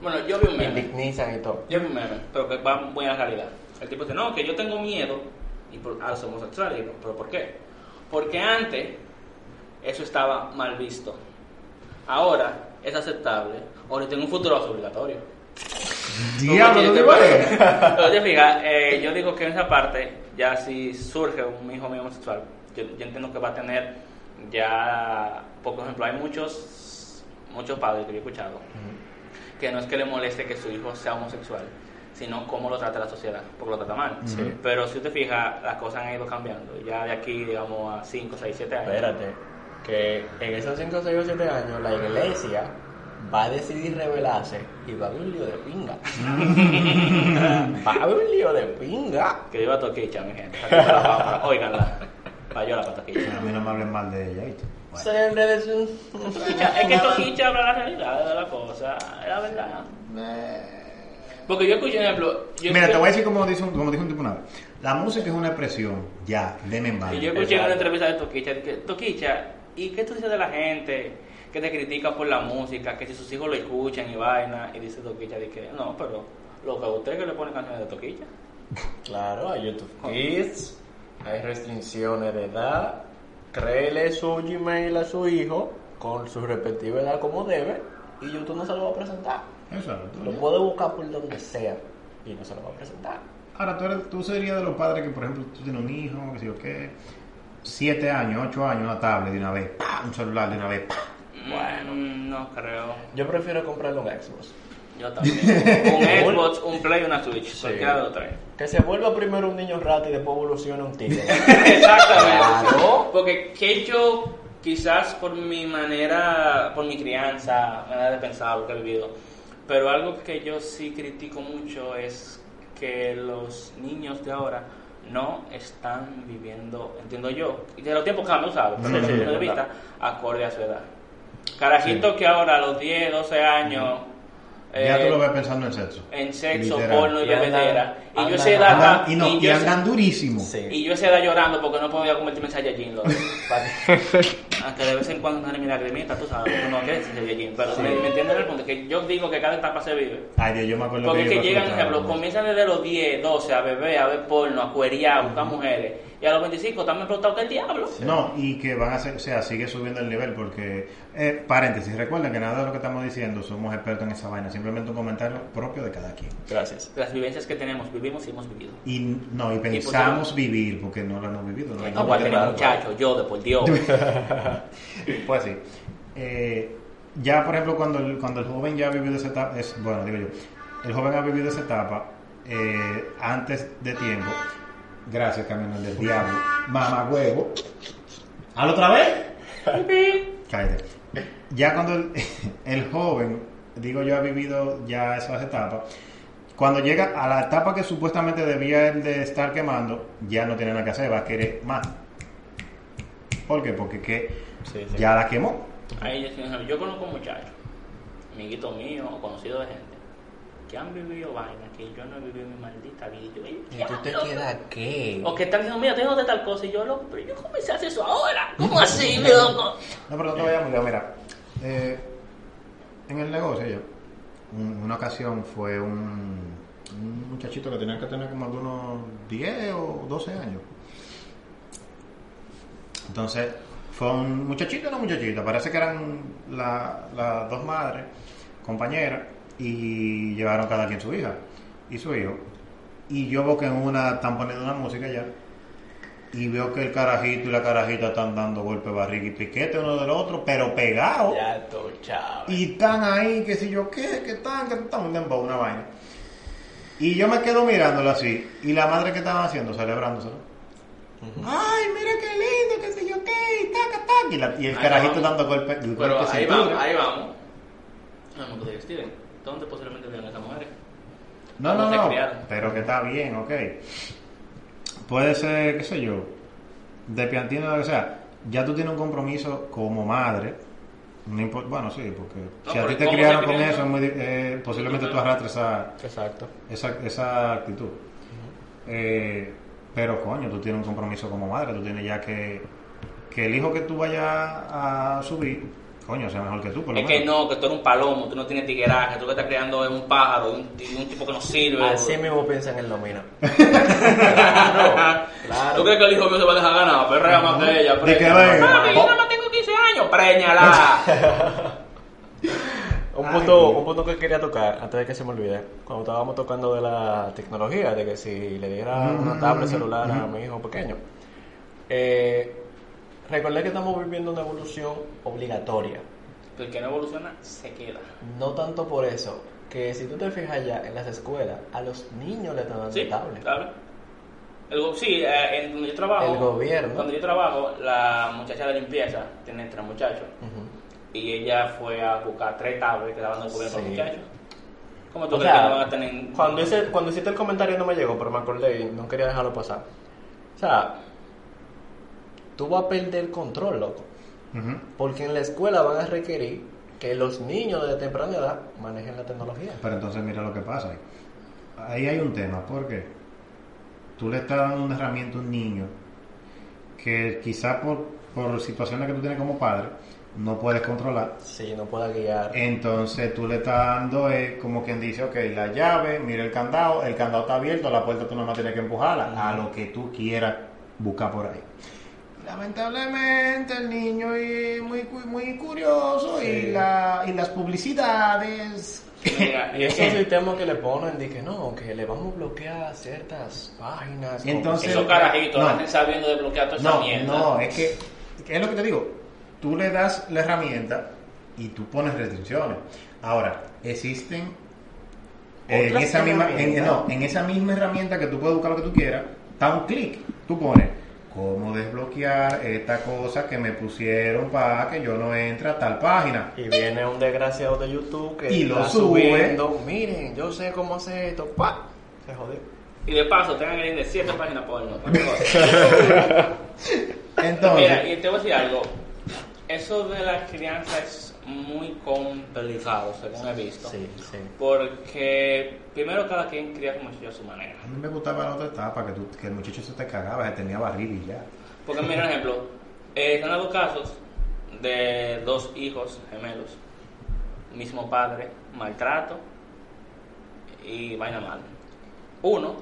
B: bueno, yo vi un meme,
D: indignizan y todo.
B: yo vi un meme, pero que va muy a la realidad. El tipo dice, no, que yo tengo miedo y por- a los homosexuales, Y yo, pero ¿por qué? Porque antes eso estaba mal visto. Ahora es aceptable, ahora tengo un futuro es obligatorio.
C: Diablo,
B: Oye,
C: no te
B: te-
C: vale.
B: Pero te fijas, eh, yo digo que en esa parte, ya si surge un hijo mío homosexual, yo, yo entiendo que va a tener ya, por ejemplo, hay muchos, muchos padres que yo he escuchado, que no es que le moleste que su hijo sea homosexual, sino cómo lo trata la sociedad, porque lo trata mal.
C: Sí.
B: Pero si te fijas, las cosas han ido cambiando, ya de aquí, digamos, a 5, 6, 7 años.
D: Espérate, que en esos 5, 6 o 7 años la iglesia va a decidir rebelarse y va a haber un lío de pinga. va a haber un lío de pinga.
B: Que viva Toquicha, mi gente. Saca la pájara, Óiganla. Payola para Toquicha.
C: A mí no me hablen mal de ella, ¿viste? Bueno.
D: Se enrede-
B: Toquicha, es que Toquicha habla la realidad de la cosa, es la verdad. Porque yo escuché, por ejemplo, yo
C: Mira,
B: escuché,
C: te voy a decir como, dice un- como dijo un tipo una vez. La música es una expresión, ya, deme en
B: y yo
C: vano.
B: escuché en
D: Exacto.
B: una entrevista de Toquicha, que, Toquicha, ¿y qué tú dices de la gente que te critica por la música, que si sus hijos lo escuchan y vaina, y dice Toquicha, de que no, pero lo que a usted que le ponen canciones de Toquicha,
D: Claro, hay YouTube Kids, hay restricciones de edad, créele su Gmail a su hijo con su respectiva edad como debe y YouTube no se lo va a presentar.
C: Exacto.
D: Lo puede buscar por donde sea y no se lo va a presentar.
C: Ahora, tú, eres- tú serías de los padres que, por ejemplo, tú tienes un hijo, que sé yo qué, siete años, ocho años, una tablet de una vez, ¡pa! un celular de una vez, ¡pa!
B: Bueno, Mm, no creo.
D: Yo prefiero comprarle un Xbox.
B: Yo también. un Xbox, un Play, una Switch. Cualquiera de los tres.
D: Que se vuelva primero un niño rata y después evolucione un tigre.
B: Exactamente.
D: Claro.
B: Porque que yo, quizás por mi manera, por mi crianza, manera de pensar, lo que he vivido, pero algo que yo sí critico mucho es que los niños de ahora no están viviendo, entiendo yo, y de los tiempos cambian, ¿sabes? Pero
C: Sí,
B: desde
C: sí,
B: mi punto de
C: es
B: vista, acorde a su edad. Carajito que ahora a los 10, 12 años...
C: ya
B: eh,
C: tú lo ves pensando en sexo.
B: en sexo,
C: Literal.
B: porno y
D: Y andan-
B: bebedera. Y yo
D: andan-
B: esa edad...
C: Andan- y, no,
B: y
C: y
B: yo esa-
C: andan durísimo.
D: Sí.
B: y yo se da llorando porque no podía convertirme en Saiyajin, loco. Aunque Ah, de vez en cuando sale mi lagrimita, tú sabes, tú no quieres ser Saiyajin. Pero me, me entiendes el punto, que yo digo que cada etapa se vive.
C: Ay, Dios, yo me acuerdo
B: Porque es
C: yo
B: que
C: iba
B: llegan, por
C: frustrado
B: ejemplo,
C: con eso.
B: comienzan desde los 10, 12 a beber, a ver porno, a cuerear, a buscar mujeres. Y a los 25 están explotados del diablo.
C: No, y que van a ser, o sea, sigue subiendo el nivel porque, eh, paréntesis, recuerden que nada de lo que estamos diciendo somos expertos en esa vaina, simplemente un comentario propio de cada quien.
D: Gracias.
B: Las vivencias que tenemos, vivimos y hemos vivido.
C: Y no, y pensamos vivir porque no lo hemos vivido. No,
B: No,
C: hay ningún
B: cualquier
C: tema.
B: muchacho, yo, de por Dios.
C: Pues sí. Eh, ya, por ejemplo, cuando el, cuando el joven ya ha vivido esa etapa, es, bueno, digo yo, el joven ha vivido esa etapa eh, antes de tiempo. Gracias, camino del diablo. Mamá huevo. ¿Al otra vez? Cállate. Eh, Ya cuando el, el joven, digo yo, ha vivido ya esas etapas, cuando llega a la etapa que supuestamente debía él de estar quemando, ya no tiene nada que hacer, va a querer más. ¿Por qué? Porque que
D: Sí, sí.
C: ya la quemó.
B: Ahí yo, soy un ejemplo. yo conozco muchachos, amiguitos míos o conocidos de gente, que han vivido vainas que yo no he vivido en mi maldita vida. Y yo, "Ey,
D: ¿Y tú te
B: diablo".
D: quedas qué?
B: O que están diciendo, mira, tengo de tal cosa. Y yo, loco, pero yo comencé a hacer eso ahora. ¿Cómo así, loco?
C: No, pero no te vayas muy lejos, mira. eh, en el negocio yo, un- una ocasión fue un, un muchachito que tenía que tener como algunos 10 o 12 años. Entonces, fue un muchachito y una muchachita. Parece que eran la- las dos madres, compañeras, y llevaron cada quien su hija y su hijo. Y yo veo que en una están poniendo una música ya. Y veo que el carajito y la carajita están dando golpe de barriga y piquete uno del otro, pero pegado.
D: Ya tú, chao.
C: Y están ahí, que si yo qué, que están, que están, un dembow, una vaina. Y yo me quedo mirándolo así. Y la madre que estaban haciendo, celebrándoselo. Ay, mira qué lindo, que si yo qué, y taca, taca. Y, la- y el
B: Ahí
C: carajito
B: vamos.
C: dando golpe, golpe
B: Pero
C: de
B: ahí
C: cintura.
B: vamos, ahí vamos. No, no podía Steven. ¿Dónde posiblemente vivían esas mujeres?
C: No, no,
B: Cómo se
C: no.
B: criaron.
C: Pero que está bien, ok. Puede ser, qué sé yo, de piantina, lo que sea. Ya tú tienes un compromiso como madre. No impor- bueno, sí, porque
B: No,
C: si a
B: pero
C: ti te
B: ¿cómo se
C: criaron con
B: criaron?
C: eso, es muy di- eh, posiblemente tú
B: Total.
C: arrastres esa,
D: Exacto.
C: esa, esa actitud. Eh, pero coño, tú tienes un compromiso como madre, tú tienes ya que que el hijo que tú vayas a subir, coño, sea mejor que tú, por lo
B: Es que
C: menos.
B: no, que tú eres un palomo, tú no tienes tigueraje, tú que estás creando es un pájaro, un, un tipo que no sirve.
D: Así mismo piensan en lo mío.
B: Claro,
D: claro.
B: ¿Tú crees que el hijo mío se va a dejar ganar? Perrea más
C: Ujú.
B: que ella,
C: ¿De
B: preña.
C: qué va?
B: Mami, yo nada más tengo 15 años, preñala.
D: Un
C: Ay,
D: punto,
C: Dios.
D: un punto que quería tocar, antes de que se me olvide, cuando estábamos tocando de la tecnología, de que si le diera
C: Ujú,
D: una tablet celular a
C: ujú.
D: mi hijo pequeño, eh, recordé que estamos viviendo una evolución obligatoria.
B: El que no evoluciona se queda.
D: No tanto por eso, que si tú te fijas ya en las escuelas, a los niños le están dando
B: ¿Sí?
D: tablet.
B: ¿Tablet? El go- sí, eh, en donde yo trabajo.
D: El gobierno.
B: Donde yo trabajo, la muchacha de limpieza tiene tres muchachos.
D: Ujú.
B: Y ella fue a buscar tres tablets que daban el gobierno a los
D: Sí.
B: muchachos. ¿Cómo tú
D: O
B: crees
D: sea,
B: que no van a tener.?
D: Cuando, hice- cuando hiciste el comentario no me llegó, pero me acordé y no quería dejarlo pasar. O sea, tú vas a perder control, loco.
C: Ujú.
D: Porque en la escuela van a requerir que los niños de temprana edad manejen la tecnología.
C: Pero entonces mira lo que pasa. ahí. Ahí hay un tema, porque tú le estás dando una herramienta a un niño que quizá por, por situaciones que tú tienes como padre no puedes controlar.
D: Si no pueda
C: Eh,
D: guiar.
C: Entonces tú le estás dando, eh, como quien dice, ok, la llave, mira el candado, el candado está abierto, la puerta tú nomás tienes que empujarla a lo que tú quieras buscar por ahí. Lamentablemente el niño es muy, cu- muy curioso y, la, y las publicidades...
B: Mira,
D: Y esos sistemas que le ponen, de que no, que le vamos a bloquear ciertas páginas.
C: Y entonces-
B: esos carajitos
C: No.
B: la gente sabiendo desbloquear toda esa
C: No,
B: mierda.
C: no, es que, que es lo que te digo. Tú le das la herramienta y tú pones restricciones. Ahora, existen eh, en
D: Otras
C: esa, misma, en,
D: herramientas.
C: no, en esa misma herramienta que tú puedes buscar lo que tú quieras, da un clic. Tú pones cómo desbloquear esta cosa que me pusieron para que yo no entre a tal página.
D: Y viene un desgraciado de YouTube que
C: Y lo
D: está
C: sube.
D: subiendo. Miren, yo sé cómo hacer esto. ¡Pa! Se jodió.
B: Y de paso, tengan el de 7 páginas porno. para que goce. Mira,
C: Entonces,
B: y te voy a decir algo. Eso de la crianza es muy complicado, según he visto.
D: Sí, sí.
B: Porque primero cada quien cría como yo a su manera.
C: a mí me gustaba la otra etapa, que, tú- que el muchacho se te cagaba, se tenía barril y ya.
B: Porque mira, por ejemplo, eh, se han dado casos de dos hijos gemelos, mismo padre, maltrato y vaina mala. Uno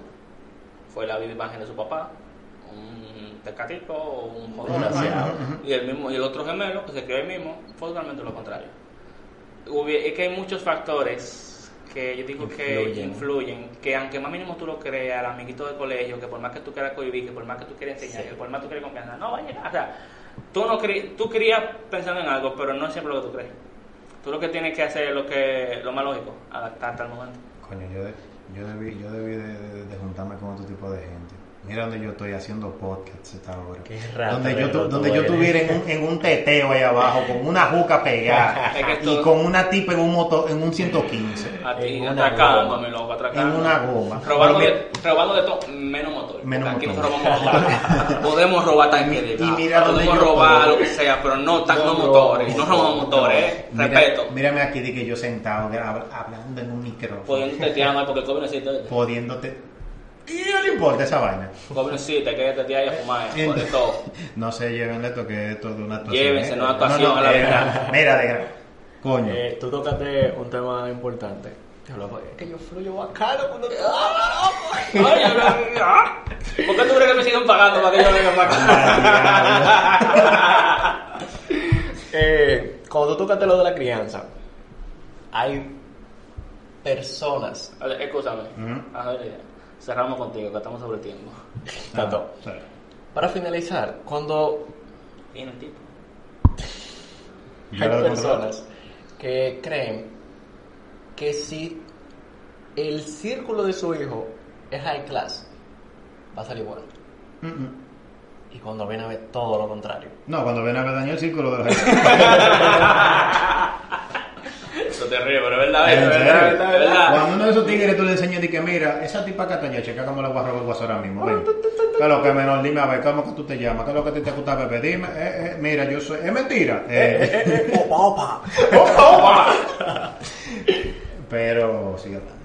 B: fue la viva imagen de su papá, un tecatito o un jodón
C: Ujú,
B: demasiado.
C: ujú, ujú.
B: y el mismo y el otro gemelo que se crió el mismo fue totalmente lo contrario. Hubie- es que hay muchos factores que yo digo que
D: Influyen.
B: influyen, que aunque más mínimo tú lo creas, el amiguito de colegio, que por más que tú quieras cohibir, que por más que tú quieras enseñar, que por más que tú quieras confianza, no va a llegar. O sea, tú, no cre- tú crías pensando en algo, pero no es siempre lo que tú crees. Tú lo que tienes que hacer es lo, que, lo más lógico, adaptarte al momento.
C: Coño, yo, de- yo debí, yo debí de, de- de juntarme con otro tipo de gente. Mira donde yo estoy haciendo podcasts esta hora.
D: Qué rata
C: donde yo,
D: de
C: tu-
D: loco
C: donde yo
D: eres.
C: estuviera en un, en un teteo ahí abajo, con una juca pegada
B: Es que
C: y
B: todo-
C: con una tipa en un moto, en un 115,
B: A ti,
D: En una
B: atracándome,
D: goma.
B: loco,
C: en
B: atracándome.
C: una goma.
B: Robando
C: Porque-
B: de, robando de todo, menos motor.
C: Menos
B: Porque aquí
C: motor.
B: no robamos motores. Podemos robar tanques de
C: Y
B: gas.
C: mira dónde
B: Podemos
C: yo
B: robar
C: estoy.
B: lo que sea, pero no, tan, no,
D: No
B: motores. No
D: robo.
B: robamos motores, eh.
C: Mira-
B: Respeto.
C: Mírame aquí de que yo sentado de- hab- hablando en un micrófono.
B: Podiendo tetear más eh, porque el COVID necesita.
C: Podiéndote. ¿Y no le importa esa vaina?
B: COVID necesita que tetear y a fumar, eh, por de todo.
C: No se llévenle esto que es todo de una actuación.
B: Llévense,
C: ¿eh?
B: no actuación, a la
C: eh,
B: verdad.
C: Mira, de gran. Coño.
D: Eh, tú tocaste un tema importante. Te lo- Es que yo fluyo bacano cuando te hablo.
B: Oye, ah, ¿por qué tú crees que me siguen pagando para que yo venga para acá?
D: Eh, cuando tú tocaste lo de la crianza, hay personas.
B: A ver, Escúchame.
C: Ujú.
B: A ver, cerramos contigo, que estamos sobre el tiempo.
D: Tato,
C: Ah, sí.
D: Para finalizar, cuando
B: Y el tipo.
C: Yo
D: hay
C: lo
D: personas que creen que si el círculo de su hijo es high class, va a salir bueno.
C: Mm, mm.
D: Y cuando viene a ver todo lo contrario.
C: No, cuando ven a ver daño el círculo de los
B: Eso te río, pero es verdad, es
C: En
B: verdad, es
C: serio.
B: verdad, es verdad.
C: Cuando uno de esos tigres tú le enseñas y que mira, esa tipa cataña, checa cómo le voy a robar el guaso ahora mismo. Ven. Que lo que menos dime a ver, ¿cómo que tú te llamas? ¿Qué es lo que a ti te gusta beber? Dime, eh, eh, mira, yo soy. Es mentira. Eh,
D: ¡Opa, opa!
C: ¡Opa, opa! Pero sigue hablando.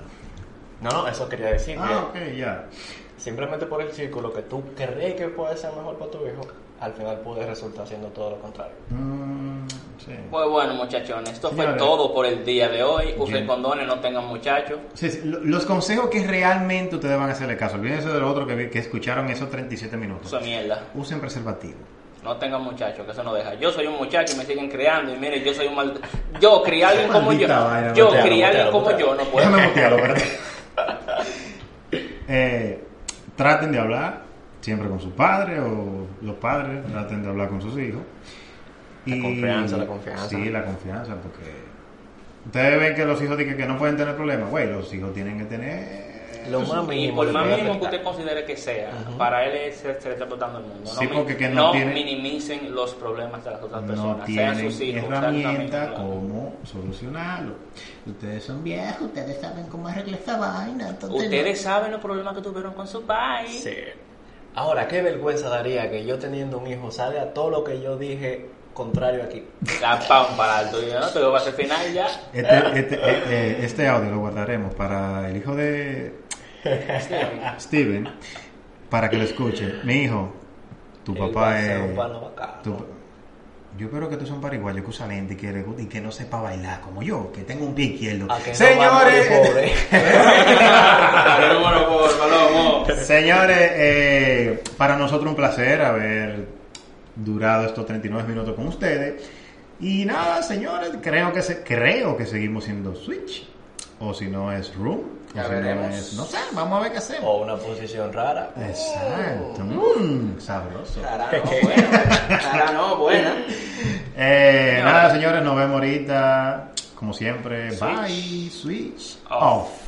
D: No, no, eso quería decir. que
C: Ah,
B: eh.
C: ok, ya.
D: Simplemente por el círculo que tú crees que puede ser mejor para tu hijo, al final puede resultar siendo todo lo contrario.
C: Mm, sí.
B: Pues bueno, muchachones, esto fue
C: Señores.
B: todo por el día de hoy. Usen
C: Bien.
B: condones, no tengan muchachos.
C: Sí, sí, lo- Los consejos que realmente ustedes van a hacerle caso, olvídense de lo otro que, vi- que escucharon esos 37 minutos.
B: Eso es mierda.
C: Usen preservativo.
B: No tengan muchachos, que eso no deja. Yo soy un muchacho y me siguen creando. Y mire, yo soy un mal. Yo crié a alguien como yo.
C: Maldita vaina,
B: Yo
C: mutealo,
B: crié a alguien
D: mutealo,
B: como yo.
D: mutealo.
B: No puedo.
C: Déjame mutearlo, espérate. Eh, traten de hablar siempre con sus padres o los padres, traten de hablar con sus hijos.
D: La confianza, la confianza.
C: Sí, la confianza, porque ustedes ven que los hijos dicen que no pueden tener problemas. Güey, los hijos tienen que tener.
D: Lo más
B: Y
D: mínimo.
B: por
D: le
B: más
D: puede
B: mínimo que
D: afectar.
B: usted considere que sea, para él es- se, se le está explotando el mundo.
C: Sí,
B: mi-
C: porque que no tiene-
B: minimicen los problemas de las otras
C: No
B: personas, sean
C: tienen
B: sus hijos, sean
C: herramienta
B: amigos, ¿no?
C: cómo solucionarlo. Ustedes son viejos, ustedes saben cómo arreglar esa vaina. entonces-
B: Ustedes saben los problemas que tuvieron con su país.
D: Sí. Ahora, qué vergüenza daría que yo teniendo un hijo salga todo lo que yo dije contrario aquí.
B: La pampa para alto. Y yo no te lo vas a hacer final ya.
C: Este, este- eh, eh, este audio lo guardaremos para el hijo de Steven, para que lo escuche. Mi hijo, tu
D: Él va
C: papá
D: a ser
C: es...
D: un palo bacano.
C: tu- yo espero que tú seas un pariguayo que usa lente y que, le guste- y que no sepa bailar como yo, que tenga un pie izquierdo.
D: A que no
C: Señores,
D: vamos de pobre.
B: Número por favor.
C: Señores, eh, para nosotros un placer haber durado estos 39 minutos con ustedes. Y nada, señores, creo que se, creo que seguimos siendo Switch. O si no es Room. o
D: Ya
C: si
D: veremos.
C: No, es- no sé, vamos a ver qué hacemos.
D: O una posición rara.
C: Eh. Exacto.
D: Oh.
C: Mm, sabroso.
D: Rara no, buena. Rara no, buena.
C: Eh, nada, señores, nos vemos ahorita. Como siempre, bye, Switch
B: Off.
C: off.